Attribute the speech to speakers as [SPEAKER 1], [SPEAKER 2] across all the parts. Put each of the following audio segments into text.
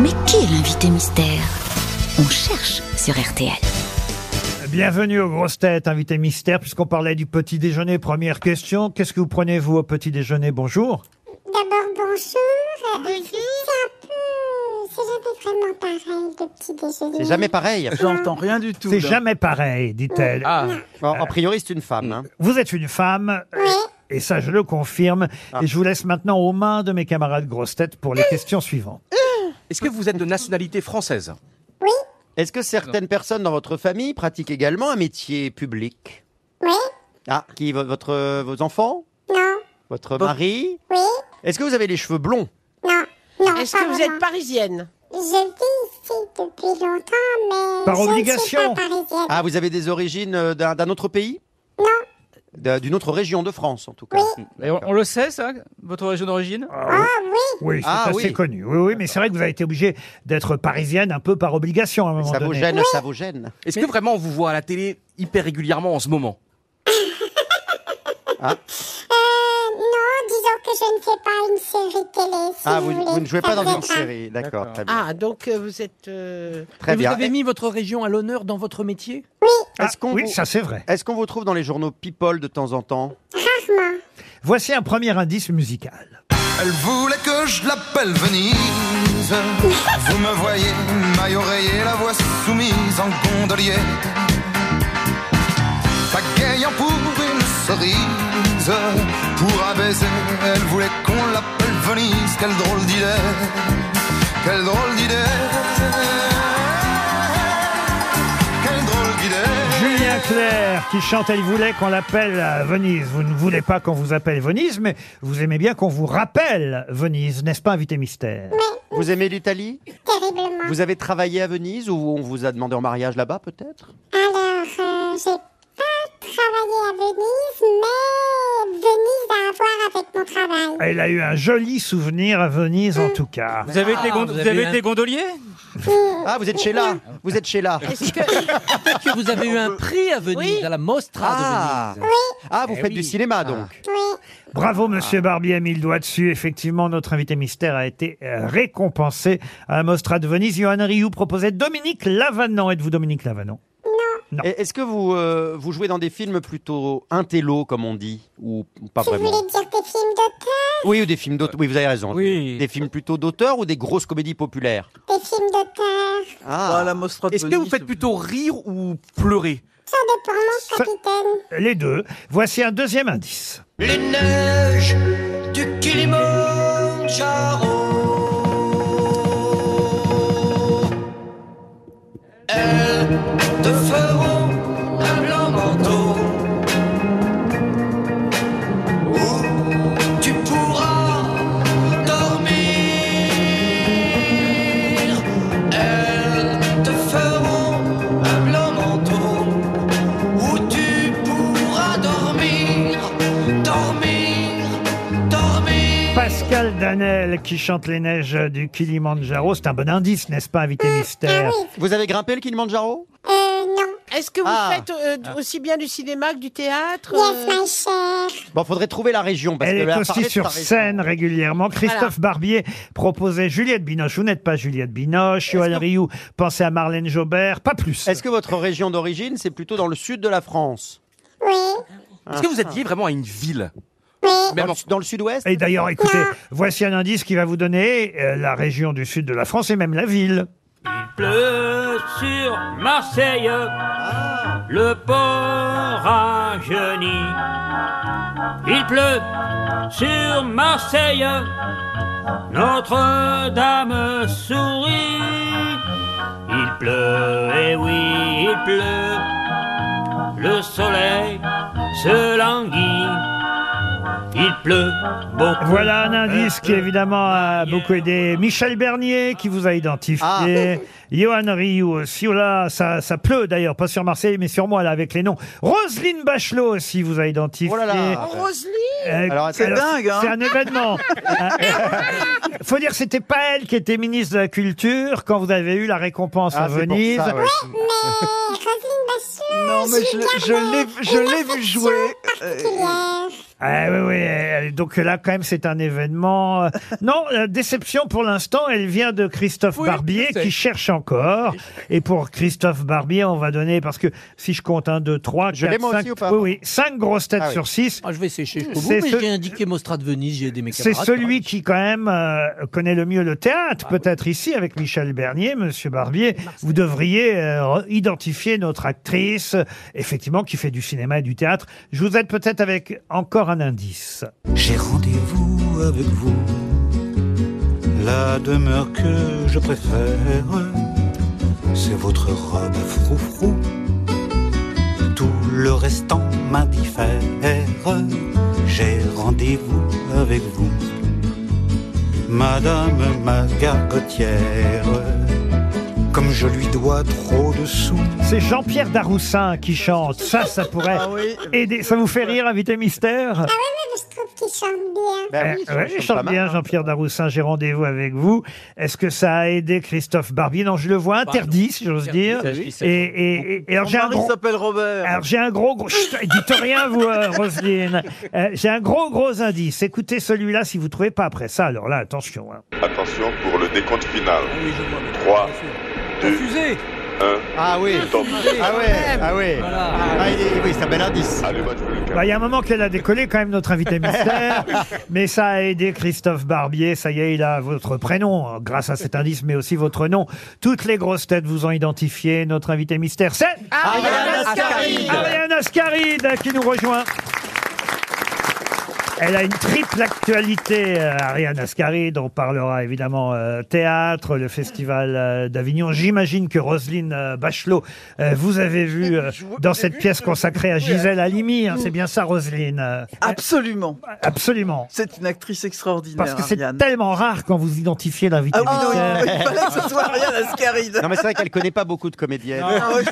[SPEAKER 1] Mais qui est l'invité mystère On cherche sur RTL.
[SPEAKER 2] Bienvenue aux grosses têtes, invité mystère, puisqu'on parlait du petit déjeuner. Première question, qu'est-ce que vous prenez vous au petit déjeuner Bonjour.
[SPEAKER 3] D'abord, bonjour. C'est un peu. C'est jamais vraiment pareil, le petit déjeuner.
[SPEAKER 4] C'est jamais pareil.
[SPEAKER 5] J'entends rien du tout.
[SPEAKER 2] C'est
[SPEAKER 5] là.
[SPEAKER 2] jamais pareil, dit-elle.
[SPEAKER 5] Ah,
[SPEAKER 4] Bon, en priori, c'est une femme. hein.
[SPEAKER 2] Vous êtes une femme. Et ça, je le confirme.
[SPEAKER 4] Ah.
[SPEAKER 2] Et je vous laisse maintenant aux mains de mes camarades grosses têtes pour les questions suivantes.
[SPEAKER 5] est-ce que vous êtes de nationalité française
[SPEAKER 3] Oui,
[SPEAKER 4] Est-ce que certaines personnes dans votre famille pratiquent également un métier public
[SPEAKER 3] oui,
[SPEAKER 4] Ah, qui vo- votre euh, vos enfants,
[SPEAKER 3] non,
[SPEAKER 4] votre mari
[SPEAKER 3] oui,
[SPEAKER 4] Est-ce que vous avez les cheveux blonds
[SPEAKER 3] non, non.
[SPEAKER 6] Est-ce que
[SPEAKER 3] pas
[SPEAKER 6] vous
[SPEAKER 3] vraiment.
[SPEAKER 6] êtes parisienne
[SPEAKER 3] Je vis ici depuis longtemps, mais.
[SPEAKER 2] Par
[SPEAKER 3] je
[SPEAKER 2] obligation.
[SPEAKER 3] Ne suis pas parisienne.
[SPEAKER 4] Ah, vous avez des origines euh, d'un d'un autre pays
[SPEAKER 3] Non,
[SPEAKER 4] D'un- D'une autre région de France, en tout cas.
[SPEAKER 7] Et on, on le sait, ça Votre région d'origine
[SPEAKER 3] ah oui,
[SPEAKER 2] Oui, c'est
[SPEAKER 4] Ah,
[SPEAKER 2] assez
[SPEAKER 4] oui.
[SPEAKER 2] connu. Oui, oui, mais c'est vrai que vous avez été obligé d'être parisienne un peu par obligation à un moment
[SPEAKER 4] Ça vous
[SPEAKER 2] donné.
[SPEAKER 4] gêne, ça vous gêne.
[SPEAKER 5] Est-ce que vraiment on vous voit à la télé hyper régulièrement en ce moment
[SPEAKER 3] euh, non, disons que je ne fais pas une série télé. Si
[SPEAKER 4] Ah, vous,
[SPEAKER 3] voulez.
[SPEAKER 4] vous ne jouez pas
[SPEAKER 3] Ça
[SPEAKER 4] dans une
[SPEAKER 3] devrait-
[SPEAKER 4] série, d'accord, très bien.
[SPEAKER 6] Ah, donc euh, vous êtes... euh,
[SPEAKER 4] Très
[SPEAKER 8] Et
[SPEAKER 4] bien.
[SPEAKER 8] Vous avez mis votre région à l'honneur dans votre métier
[SPEAKER 2] Ah,
[SPEAKER 4] Est-ce qu'on
[SPEAKER 2] oui,
[SPEAKER 4] vous-
[SPEAKER 2] ça c'est vrai.
[SPEAKER 4] Est-ce qu'on vous trouve dans les journaux People de temps en temps
[SPEAKER 3] Rarement.
[SPEAKER 2] Voici un premier indice musical.
[SPEAKER 9] Elle voulait que je l'appelle Venise. Vous me voyez, maille oreiller, la voix soumise en gondolier. Pagayant pour une cerise, pour un baiser, elle voulait qu'on l'appelle Venise. Quelle drôle d'idée, quelle drôle d'idée. Quelle drôle d'idée.
[SPEAKER 2] Julien Clerc qui chante Elle voulait qu'on l'appelle à Venise. Vous ne voulez pas qu'on vous appelle Venise, mais vous aimez bien qu'on vous rappelle Venise, n'est-ce pas, invité mystère
[SPEAKER 4] Vous aimez l'Italie
[SPEAKER 3] Terriblement.
[SPEAKER 4] Vous avez travaillé à Venise ou on vous a demandé en mariage là-bas, peut-être
[SPEAKER 3] Alors, euh, j'ai pas travaillé à Venise, mais Venise a à voir avec mon travail.
[SPEAKER 4] Ah,
[SPEAKER 2] Elle a eu un joli souvenir à Venise en tout cas.
[SPEAKER 7] Vous avez été,
[SPEAKER 8] Ah,
[SPEAKER 7] gond-
[SPEAKER 8] vous
[SPEAKER 7] vous
[SPEAKER 8] avez
[SPEAKER 7] avez
[SPEAKER 8] un-
[SPEAKER 7] été gondolier
[SPEAKER 4] Ah, vous êtes chez là Vous êtes chez
[SPEAKER 8] Eh
[SPEAKER 4] là
[SPEAKER 6] Est-ce que...
[SPEAKER 8] Peut-être que vous avez eu un prix à Venise,
[SPEAKER 6] Oui.
[SPEAKER 8] à la Mostra
[SPEAKER 4] Ah,
[SPEAKER 8] de Venise.
[SPEAKER 4] ah vous
[SPEAKER 8] Eh
[SPEAKER 4] faites
[SPEAKER 8] oui.
[SPEAKER 4] du cinéma donc
[SPEAKER 3] Oui.
[SPEAKER 2] Bravo Monsieur Barbier a mis le doigt dessus. Effectivement, notre invité mystère a été euh, récompensé à la Mostra de Venise. Johan Rioux proposait Dominique Lavanant. Êtes-vous Dominique Lavanant
[SPEAKER 8] Ah.
[SPEAKER 2] Non.
[SPEAKER 4] Et Est-ce que vous, euh, vous jouez dans des films plutôt intello, comme on dit Ou pas
[SPEAKER 3] Tu
[SPEAKER 4] vraiment
[SPEAKER 3] voulais dire des films d'auteur,
[SPEAKER 4] Oui, ou des films
[SPEAKER 2] Euh,
[SPEAKER 4] d'auteur. Oui, vous avez raison.
[SPEAKER 7] Oui.
[SPEAKER 4] Des films plutôt d'auteur ou des grosses comédies populaires
[SPEAKER 3] des films d'auteur.
[SPEAKER 4] Ah,
[SPEAKER 5] Est-ce que vous faites plutôt rire ou pleurer
[SPEAKER 3] Ça dépend, mon capitaine. Ah
[SPEAKER 2] Les deux. Voici un deuxième indice.
[SPEAKER 9] Les neiges du Kilimandjaro Elles te feront un blanc manteau Où tu pourras dormir Elles te feront un blanc manteau où tu pourras dormir, dormir, dormir.
[SPEAKER 2] Pascal Danel qui chante les neiges du Kilimandjaro. C'est un bon indice, n'est-ce pas, invité mystère
[SPEAKER 4] vous avez grimpé le Kilimanjaro
[SPEAKER 3] Euh, non.
[SPEAKER 6] Est-ce que vous
[SPEAKER 4] Ah.
[SPEAKER 6] faites euh, d- aussi bien du cinéma que du
[SPEAKER 3] Yes,
[SPEAKER 6] théâtre euh,
[SPEAKER 3] my cher.
[SPEAKER 4] Bon, faudrait trouver la région. Parce
[SPEAKER 2] Elle
[SPEAKER 4] que
[SPEAKER 2] est
[SPEAKER 4] là,
[SPEAKER 2] aussi
[SPEAKER 4] parler de
[SPEAKER 2] sur
[SPEAKER 4] ta région-
[SPEAKER 2] scène régulièrement. Christophe Barbier proposait Juliette Binoche. Vous n'êtes pas Juliette Binoche. Johan Rioux pensait à Marlène Jobert. Pas plus.
[SPEAKER 4] Est-ce que votre région d'origine, c'est plutôt dans le sud de la France
[SPEAKER 3] Oui,
[SPEAKER 5] Est-ce que vous êtes lié vraiment à une ville
[SPEAKER 3] oui.
[SPEAKER 4] dans
[SPEAKER 5] Même
[SPEAKER 4] le,
[SPEAKER 5] en-
[SPEAKER 4] su- dans le sud-ouest
[SPEAKER 2] Et d'ailleurs, écoutez, voici un indice qui va vous donner euh, la région du sud de la France et même la ville.
[SPEAKER 10] pleut sur Marseille, le port a jauni. Il pleut sur Marseille, Notre-Dame sourit. Il pleut, et oui, il pleut, le soleil se languit. Il pleut beaucoup.
[SPEAKER 2] Voilà un indice qui évidemment a beaucoup aidé Michel Bernier qui vous a
[SPEAKER 4] Ah.
[SPEAKER 2] identifié. Johan Rioux aussi. Oh là, ça, ça pleut d'ailleurs, pas sur Marseille, mais sur moi là avec les noms. Roselyne Bachelot aussi vous a identifié.
[SPEAKER 4] Oh là là.
[SPEAKER 6] Roselyne
[SPEAKER 2] Euh,
[SPEAKER 4] Alors,
[SPEAKER 5] c'est dingue, hein
[SPEAKER 2] C'est un événement. Euh, Faut dire, c'était pas elle qui était ministre de la Culture quand vous avez eu la récompense à
[SPEAKER 4] Ah, c'est pour
[SPEAKER 2] Venise.
[SPEAKER 4] ça, ouais.
[SPEAKER 3] Mais Roselyne Bachelot,
[SPEAKER 5] Non, mais je,
[SPEAKER 3] je l'ai- je l'ai vu
[SPEAKER 5] jouer.
[SPEAKER 3] particulière.
[SPEAKER 2] Ah oui, oui. euh, Donc là, quand même, c'est un événement. euh, Non, la déception pour l'instant, elle vient de Christophe
[SPEAKER 7] Oui,
[SPEAKER 2] Barbier
[SPEAKER 7] je sais.
[SPEAKER 2] qui cherche encore. Et pour Christophe Barbier, on va donner, parce que si je compte 1, 2, 3,
[SPEAKER 4] Je l'ai
[SPEAKER 2] 4,
[SPEAKER 4] moi aussi
[SPEAKER 2] 5,
[SPEAKER 4] ou pas
[SPEAKER 2] oui, oui, 5 grosses têtes
[SPEAKER 4] Ah oui.
[SPEAKER 2] sur 6.
[SPEAKER 8] Ah, je vais sécher jusqu'au bout,
[SPEAKER 2] C'est
[SPEAKER 8] mais
[SPEAKER 2] ce-
[SPEAKER 8] j'ai indiqué Mostra de Venise, j'ai aidé mes
[SPEAKER 2] C'est
[SPEAKER 8] camarades.
[SPEAKER 2] celui qui, quand même, euh, connaît le mieux le théâtre, peut-être ici, avec Michel Bernier, Monsieur Barbier. Vous devriez euh, re- identifier notre actrice, euh, effectivement, qui fait du cinéma et du théâtre. Je vous aide peut-être avec encore un indice.
[SPEAKER 11] J'ai rendez-vous avec vous, la demeure que je préfère, c'est votre robe à froufrou. Tout le restant m'indiffère, j'ai rendez-vous avec vous, Madame ma gargotière, comme je lui dois trop de sous.
[SPEAKER 2] C'est Jean-Pierre Daroussin qui chante. Ça, ça pourrait aider. Ça vous fait rire, invité mystère
[SPEAKER 3] Je trouve qu'il chante bien.
[SPEAKER 4] Ben oui,
[SPEAKER 2] Eh,
[SPEAKER 4] ça
[SPEAKER 2] ouais,
[SPEAKER 4] me
[SPEAKER 2] je
[SPEAKER 4] semble pas
[SPEAKER 2] chante
[SPEAKER 4] mal.
[SPEAKER 2] bien, Jean-Pierre Daroussin. J'ai rendez-vous avec vous. Est-ce que ça a aidé Christophe Barbier Non, je le vois interdit, si j'ose dire. Et, et, et- et alors, j'ai un gros...
[SPEAKER 11] s'appelle Robert.
[SPEAKER 2] Alors j'ai un gros gros. Chut, dites rien vous, euh, Roselyne. Euh, j'ai un gros gros indice. Écoutez celui-là si vous trouvez pas après ça. Alors là, attention. hein.
[SPEAKER 12] Attention pour le décompte final.
[SPEAKER 8] Oui, je vois,
[SPEAKER 12] 3,
[SPEAKER 8] mais-
[SPEAKER 12] 2,
[SPEAKER 8] Fusée
[SPEAKER 12] 1.
[SPEAKER 4] Ah oui.
[SPEAKER 12] Top.
[SPEAKER 4] Ah ouais, ah ouais.
[SPEAKER 8] Voilà.
[SPEAKER 4] Ah, il est- oui, c'est un bel indice.
[SPEAKER 12] Allez, match pour le
[SPEAKER 2] Bah, Il y a un moment qu'elle a décollé quand même notre invité mystère, mais ça a aidé Christophe Barbier. Ça y est, il a votre prénom hein, grâce à cet indice, mais aussi votre nom. Toutes les grosses têtes vous ont identifié. Notre invité mystère, c'est
[SPEAKER 4] Ah,
[SPEAKER 6] Ariane Ascaride.
[SPEAKER 2] Ariane Ascaride qui nous rejoint. Elle a une triple actualité, euh, Ariane Ascaride. On parlera évidemment euh, théâtre, le festival euh, d'Avignon. J'imagine que Roselyne euh, Bachelot, euh, vous avez vu euh, dans cette pièce consacrée à Gisèle Halimi. hein, C'est bien ça, Roselyne euh,
[SPEAKER 11] Absolument.
[SPEAKER 2] Absolument.
[SPEAKER 11] C'est une actrice extraordinaire.
[SPEAKER 2] Parce que c'est
[SPEAKER 11] Ariane.
[SPEAKER 2] tellement rare quand vous identifiez l'invité.
[SPEAKER 11] Ah oui, non,
[SPEAKER 2] mystère.
[SPEAKER 11] il fallait que ce soit Ariane Ascaride.
[SPEAKER 4] Non, mais c'est vrai qu'elle connaît pas beaucoup de comédiennes.
[SPEAKER 11] Ah ouais,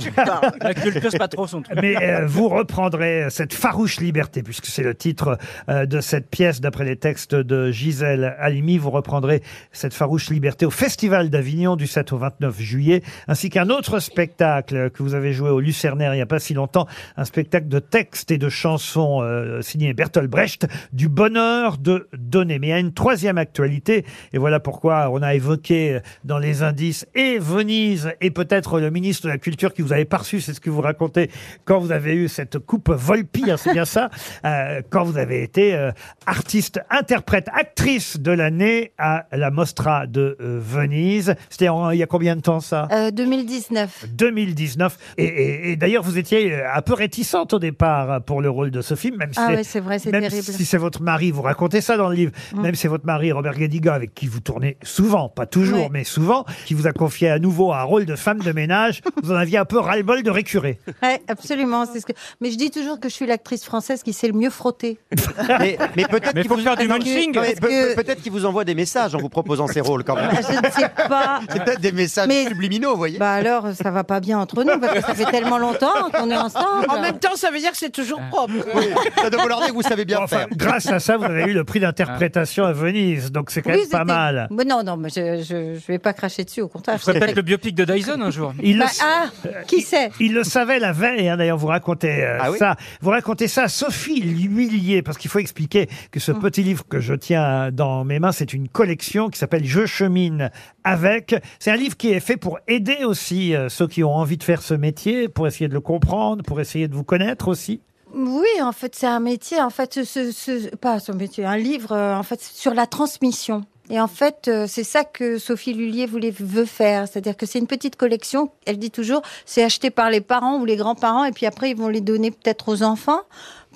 [SPEAKER 11] je parle.
[SPEAKER 7] La culture, c'est pas trop son truc.
[SPEAKER 2] Mais euh, vous reprendrez cette farouche liberté, puisque c'est le titre euh, de cette pièce, d'après les textes de Gisèle Halimi. Vous reprendrez cette farouche liberté au Festival d'Avignon du 7 au 29 juillet, ainsi qu'un autre spectacle que vous avez joué au Lucernaire il n'y a pas si longtemps, un spectacle de textes et de chansons euh, signé Bertolt Brecht, du bonheur de donner. Mais il y a une troisième actualité, et voilà pourquoi on a évoqué euh, dans les indices et Venise, et peut-être le ministre de la Culture qui vous avait pas reçu, c'est ce que vous racontez quand vous avez eu cette coupe Volpi, hein, c'est bien ça, euh, quand vous avez été euh, artiste, interprète, actrice de l'année à la Mostra de euh, Venise. C'était en- il y a combien de temps ça
[SPEAKER 13] 2019.
[SPEAKER 2] 2019. Et, et- et d'ailleurs, vous étiez euh, un peu réticente au départ euh, pour le rôle de ce film, même si
[SPEAKER 13] Ah
[SPEAKER 2] c'est-
[SPEAKER 13] ouais, c'est vrai, c'est
[SPEAKER 2] même
[SPEAKER 13] terrible.
[SPEAKER 2] si c'est votre mari, vous racontez ça dans le livre,
[SPEAKER 13] Mm.
[SPEAKER 2] même si c'est votre mari, Robert Guédiga, avec qui vous tournez souvent, pas toujours,
[SPEAKER 13] Ouais.
[SPEAKER 2] mais souvent, qui vous a confié à nouveau un rôle de femme de ménage, vous en aviez un peu ras-le-bol de récurer.
[SPEAKER 13] Ouais, absolument. C'est ce que... Mais je dis toujours que je suis l'actrice française qui sait le mieux frotter.
[SPEAKER 4] Mais, mais peut-être
[SPEAKER 7] Mais
[SPEAKER 4] qu'il
[SPEAKER 7] faut
[SPEAKER 4] vous-
[SPEAKER 7] faire du
[SPEAKER 4] Non,
[SPEAKER 7] munching.
[SPEAKER 4] mais
[SPEAKER 13] Parce
[SPEAKER 4] pe-
[SPEAKER 13] que-
[SPEAKER 4] pe- Peut-être qu'il vous envoie des messages en vous proposant ces rôles quand même.
[SPEAKER 13] Ah, Je ne sais pas.
[SPEAKER 4] C'est peut-être des messages
[SPEAKER 13] Mais-
[SPEAKER 4] subliminaux, vous voyez.
[SPEAKER 13] Bah alors, ça va pas bien entre nous parce que ça fait tellement longtemps qu'on est ensemble.
[SPEAKER 6] En même temps, ça veut dire que c'est toujours
[SPEAKER 14] Ah.
[SPEAKER 6] propre.
[SPEAKER 4] Ça doit vouloir dire que vous savez bien
[SPEAKER 2] Enfin,
[SPEAKER 4] faire.
[SPEAKER 2] grâce à ça, vous avez eu le prix d'interprétation à Venise, donc c'est quand
[SPEAKER 13] Oui,
[SPEAKER 2] même pas
[SPEAKER 13] c'était-
[SPEAKER 2] mal.
[SPEAKER 13] Mais non, non, mais je, je, je vais pas cracher dessus, au contraire.
[SPEAKER 7] Il ferait
[SPEAKER 13] je-
[SPEAKER 7] peut-être le biopic de Dyson un jour.
[SPEAKER 2] Il le
[SPEAKER 13] Bah,
[SPEAKER 2] s-
[SPEAKER 13] ah,
[SPEAKER 2] Euh,
[SPEAKER 13] qui sait
[SPEAKER 2] Il le savait la veille, hein, d'ailleurs, vous racontez euh,
[SPEAKER 4] Ah oui
[SPEAKER 2] ça. Vous racontez ça à Sophie L'Humilier, parce qu'il faut expliquer que
[SPEAKER 13] Mm.
[SPEAKER 2] ce petit livre que je tiens dans mes mains, c'est une collection qui s'appelle Je chemine avec. C'est un livre qui est fait pour aider aussi euh, ceux qui ont envie de faire ce métier, pour essayer de le comprendre, pour essayer de vous connaître aussi.
[SPEAKER 13] Oui, en fait, c'est un métier, en fait, ce, ce- ce- pas ce métier, un livre, euh, en fait, sur la transmission. Et en fait, euh, c'est ça que Sophie Lullier voulait, veut faire. C'est-à-dire que c'est une petite collection. Elle dit toujours, c'est acheté par les parents ou les grands-parents, et puis après, ils vont les donner peut-être aux enfants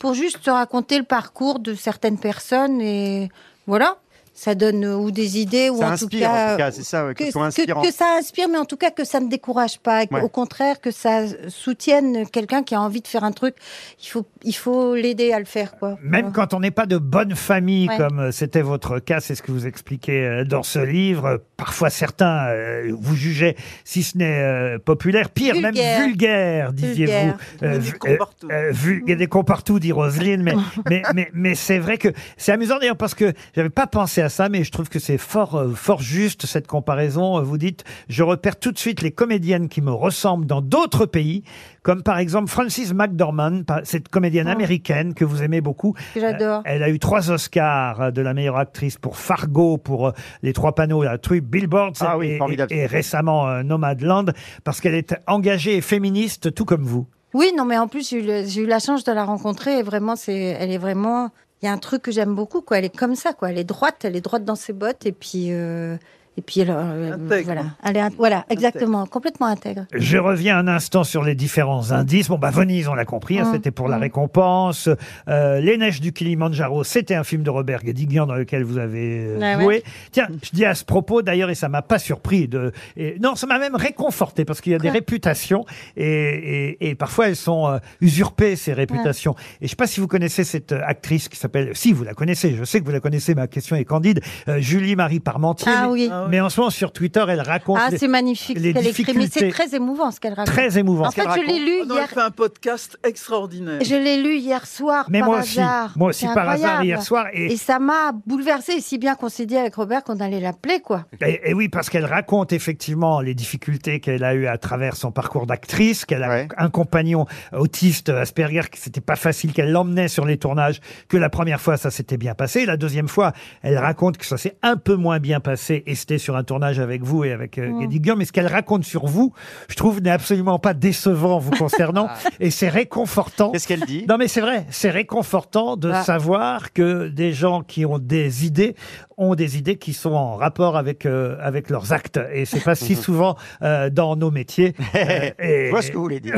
[SPEAKER 13] pour juste te raconter le parcours de certaines personnes. Et voilà, ça donne euh, ou des idées, ou
[SPEAKER 4] Ça
[SPEAKER 13] en tout
[SPEAKER 4] inspire en
[SPEAKER 13] cas, euh,
[SPEAKER 4] tout cas, c'est ça, ouais, que,
[SPEAKER 13] que,
[SPEAKER 4] ce soit
[SPEAKER 13] que-
[SPEAKER 4] inspirant.
[SPEAKER 13] que ça inspire, mais en tout cas que ça ne décourage pas. et que-
[SPEAKER 4] Ouais.
[SPEAKER 13] Au contraire, que ça soutienne quelqu'un qui a envie de faire un truc. Il faut, il faut l'aider à le faire, quoi.
[SPEAKER 2] Euh, Même
[SPEAKER 13] Voilà.
[SPEAKER 2] quand on n'est pas de bonne famille,
[SPEAKER 13] Ouais.
[SPEAKER 2] comme euh, c'était votre cas, c'est ce que vous expliquez euh, dans ce livre. Euh, Parfois, certains euh, vous jugeaient, si ce n'est euh, populaire, pire,
[SPEAKER 13] Vulgaire.
[SPEAKER 2] même vulgaire, disiez-vous.
[SPEAKER 13] Vulgaire.
[SPEAKER 2] Euh,
[SPEAKER 11] Des
[SPEAKER 2] vu-
[SPEAKER 11] cons
[SPEAKER 2] euh,
[SPEAKER 11] partout.
[SPEAKER 2] euh, vu- Il y a des cons partout, dit Roselyne, mais, mais, mais, mais c'est vrai que c'est amusant d'ailleurs parce que j'avais pas pensé à à ça, mais je trouve que c'est fort, euh, fort juste cette comparaison. Euh, Vous dites, je repère tout de suite les comédiennes qui me ressemblent dans d'autres pays, comme par exemple Frances McDormand, par- cette comédienne américaine que vous aimez beaucoup.
[SPEAKER 13] Que j'adore.
[SPEAKER 2] Euh, Elle a eu trois Oscars euh, de la meilleure actrice pour Fargo, pour euh, les trois panneaux, la truc Billboard
[SPEAKER 4] Ah oui,
[SPEAKER 2] et,
[SPEAKER 4] formidable.
[SPEAKER 2] et- et récemment euh, Nomadland, parce qu'elle est engagée et féministe, tout comme vous.
[SPEAKER 13] Oui, non, mais en plus, j'ai eu, le- j'ai eu la chance de la rencontrer et vraiment, c'est, elle est vraiment. Il y a un truc que j'aime beaucoup, quoi. Elle est comme ça, quoi. Elle est droite, elle est droite dans ses bottes et puis. euh, Et puis, elle, euh, voilà. Elle est int- voilà, exactement, complètement intègre.
[SPEAKER 2] Je reviens un instant sur les différents indices. Bon, bah, Venise, on l'a compris, hein,
[SPEAKER 13] Mm.
[SPEAKER 2] c'était pour la récompense. Euh, les Neiges du Kilimanjaro, c'était un film de Robert Guédiguian dans lequel vous avez euh,
[SPEAKER 13] Ah ouais.
[SPEAKER 2] joué. Tiens, je dis à ce propos, d'ailleurs, et ça m'a pas surpris. De, et- non, ça m'a même réconforté parce qu'il y a des réputations et, et- et parfois elles sont euh, usurpées, ces réputations. Et je sais pas si vous connaissez cette euh, actrice qui s'appelle, si vous la connaissez, je sais que vous la connaissez, ma question est candide, euh, Julie-Marie Parmentier.
[SPEAKER 13] Ah
[SPEAKER 2] mais,
[SPEAKER 13] oui.
[SPEAKER 2] mais en ce moment, sur Twitter, elle raconte.
[SPEAKER 13] Ah,
[SPEAKER 2] les-
[SPEAKER 13] c'est magnifique
[SPEAKER 2] les
[SPEAKER 13] ce qu'elle écrit, mais c'est
[SPEAKER 2] difficultés.
[SPEAKER 13] très émouvant ce qu'elle raconte.
[SPEAKER 2] Très émouvant.
[SPEAKER 13] En fait, je l'ai
[SPEAKER 6] Ah
[SPEAKER 13] lu hier.
[SPEAKER 14] fait un podcast extraordinaire.
[SPEAKER 13] Je l'ai lu hier soir
[SPEAKER 2] Mais
[SPEAKER 13] par
[SPEAKER 2] moi aussi.
[SPEAKER 13] hasard.
[SPEAKER 2] Moi aussi,
[SPEAKER 13] C'est
[SPEAKER 2] par hasard,
[SPEAKER 13] incroyable.
[SPEAKER 2] hier soir, et-
[SPEAKER 13] ça m'a bouleversée, si bien qu'on s'est dit avec Robert qu'on allait l'appeler, quoi.
[SPEAKER 2] Et, et oui, parce qu'elle raconte effectivement les difficultés qu'elle a eues à travers son parcours d'actrice, qu'elle a un compagnon autiste euh, Asperger, que c'était pas facile, qu'elle l'emmenait sur les tournages, que la première fois ça s'était bien passé, la deuxième fois elle raconte que ça s'est un peu moins bien passé et c'était sur un tournage avec vous et avec euh,
[SPEAKER 15] Mm.
[SPEAKER 2] Geddy Guillaume, mais ce qu'elle raconte sur vous, je trouve n'est absolument pas décevant vous concernant et c'est réconfortant. Qu'est-ce qu'elle dit Non mais c'est vrai, c'est réconfortant de
[SPEAKER 15] Ah.
[SPEAKER 2] savoir savoir que des gens qui ont des idées ont des idées qui sont en rapport avec euh, avec leurs actes et c'est pas si souvent euh, dans nos métiers. Euh, et-
[SPEAKER 4] Je Eh, vois ce que vous voulez dire.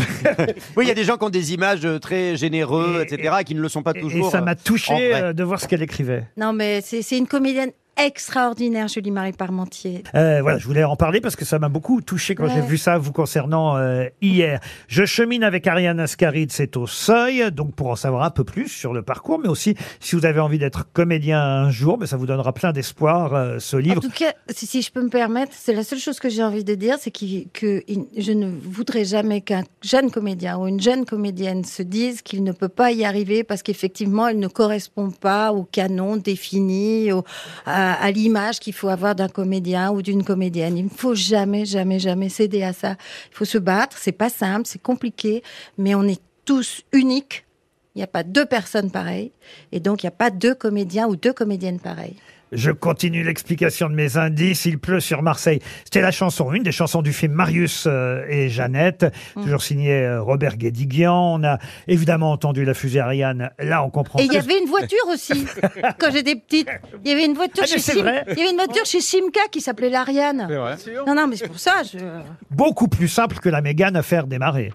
[SPEAKER 4] oui, il y a des gens qui ont des images euh, très généreux, etc., et qui ne le sont pas
[SPEAKER 2] et-
[SPEAKER 4] toujours.
[SPEAKER 2] et ça
[SPEAKER 4] euh,
[SPEAKER 2] m'a
[SPEAKER 4] en
[SPEAKER 2] touché
[SPEAKER 4] vrai.
[SPEAKER 2] euh, de voir ce qu'elle écrivait.
[SPEAKER 13] Non, mais c'est c'est une comédienne extraordinaire, Julie-Marie Parmentier.
[SPEAKER 2] Euh, voilà, je voulais en parler parce que ça m'a beaucoup touché quand
[SPEAKER 13] Ouais.
[SPEAKER 2] j'ai vu ça vous concernant euh, hier. Je chemine avec Ariane Ascaride, c'est au seuil, donc pour en savoir un peu plus sur le parcours, mais aussi si vous avez envie d'être comédien un jour, mais ça vous donnera plein d'espoir euh, ce
[SPEAKER 13] En
[SPEAKER 2] livre.
[SPEAKER 13] tout cas, si, si je peux me permettre, c'est la seule chose que j'ai envie de dire, c'est qu'il- que il- je ne voudrais jamais qu'un jeune comédien ou une jeune comédienne se dise qu'il ne peut pas y arriver parce qu'effectivement, elle ne correspond pas au canon défini, au- à, à l'image qu'il faut avoir d'un comédien ou d'une comédienne. Il ne faut jamais, jamais, jamais céder à ça. Il faut se battre. C'est pas simple, c'est compliqué, mais on est tous uniques. Il n'y a pas deux personnes pareilles, et donc il n'y a pas deux comédiens ou deux comédiennes pareilles.
[SPEAKER 2] Je continue l'explication de mes indices. Il pleut sur Marseille. C'était la chanson, une des chansons du film Marius euh, et Jeannette, toujours signé euh, Robert Guédiguian. On a évidemment entendu la fusée Ariane. Là, on comprend.
[SPEAKER 13] Et il
[SPEAKER 2] que-
[SPEAKER 13] y avait une voiture aussi, quand j'étais petite. Il y avait une voiture,
[SPEAKER 2] Ah, mais
[SPEAKER 13] chez,
[SPEAKER 2] c'est
[SPEAKER 13] Sim-
[SPEAKER 2] vrai.
[SPEAKER 13] il y avait une voiture chez Simca qui s'appelait l'Ariane.
[SPEAKER 2] C'est vrai.
[SPEAKER 13] Non, non, mais c'est pour ça. Je...
[SPEAKER 2] Beaucoup plus simple que la Mégane à faire démarrer.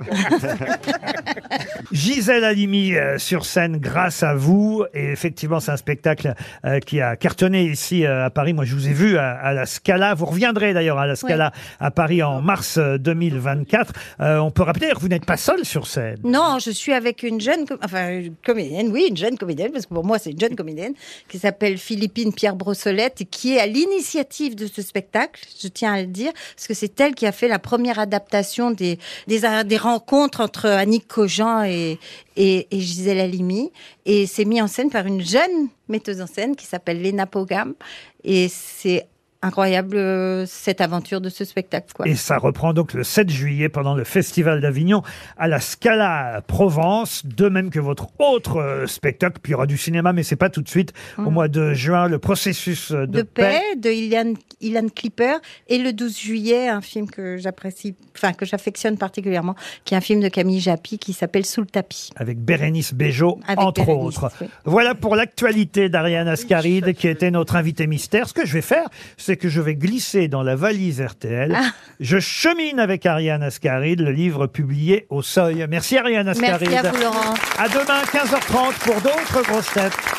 [SPEAKER 2] Gisèle Halimi euh, sur scène grâce à vous. Et effectivement, c'est un spectacle euh, qui a cartonné ici euh, à Paris. Moi, je vous ai vu à, à la Scala. Vous reviendrez d'ailleurs à la Scala à Paris en mars euh, 2024. Euh, on peut rappeler que vous n'êtes pas seul sur scène.
[SPEAKER 13] Non, je suis avec une jeune, com- enfin, une comédienne, oui, une jeune comédienne, parce que pour moi, c'est une jeune comédienne, qui s'appelle Philippine Pierre Brossolette, et qui est à l'initiative de ce spectacle, je tiens à le dire, parce que c'est elle qui a fait la première adaptation des, des, euh, des rencontres entre Annick Cogent et, et, et Gisèle Halimi. Et c'est mis en scène par une jeune metteuse en scène qui s'appelle Lena Pogam. Et c'est incroyable, euh, cette aventure de ce spectacle, quoi.
[SPEAKER 2] Et ça reprend donc le 7 juillet pendant le Festival d'Avignon à la Scala Provence, de même que votre autre euh, spectacle, puis il y aura du cinéma, mais c'est pas tout de suite, au mois de juin, le processus euh, de,
[SPEAKER 13] Mm. de, paix, de Ilan, Ilan Clipper, et le 12 juillet, un film que j'apprécie, enfin que j'affectionne particulièrement, qui est un film de Camille Japy qui s'appelle Sous le tapis.
[SPEAKER 2] avec Bérénice Bejo, entre
[SPEAKER 13] Bérénice,
[SPEAKER 2] autres.
[SPEAKER 13] oui.
[SPEAKER 2] Voilà pour l'actualité d'Ariane Ascaride, qui était notre invitée mystère. Ce que je vais faire, c'est que je vais glisser dans la valise RTL.
[SPEAKER 13] Ah.
[SPEAKER 2] Je chemine avec Ariane Ascaride, le livre publié au Seuil. Merci Ariane Ascaride.
[SPEAKER 13] Merci à vous, Laurent.
[SPEAKER 2] À demain, 15h30, pour d'autres grosses têtes.